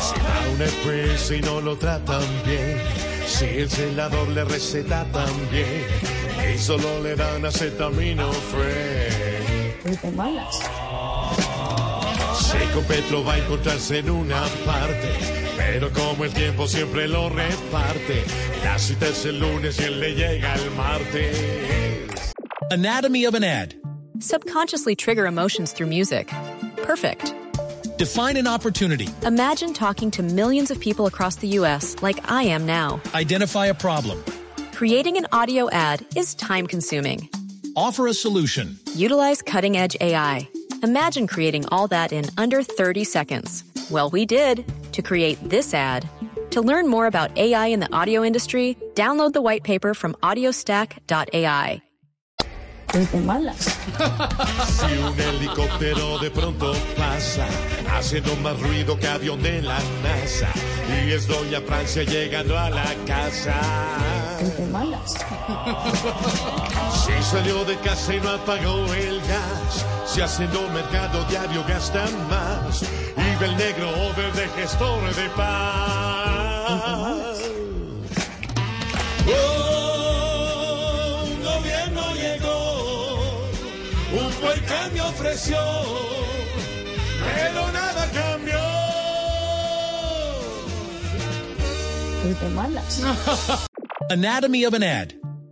Si da un espresso y no lo tratan bien, si el celador le receta también, y solo le dan acetaminofren. Sé que Petro va a encontrarse en una parte, pero como el tiempo siempre lo reparte, la cita es el lunes y él le llega el martes. Anatomy of an ad. Subconsciously trigger emotions through music. Perfect. Define an opportunity. Imagine talking to millions of people across the U.S. like I am now. Identify a problem. Creating an audio ad is time consuming. Offer a solution. Utilize cutting edge AI. Imagine creating all that in under 30 seconds. Well, we did to create this ad. To learn more about AI in the audio industry, download the white paper from audiostack.ai. Si un helicóptero de pronto pasa, haciendo más ruido que avión de la NASA, y es Doña Francia llegando a la casa. Si salió de casa y no apagó el gas, si haciendo mercado diario gasta más, y ve el negro over de gestor de paz. Oh, un gobierno llegó, un buen cambio ofreció, pero nada cambió. Anatomy of an ad.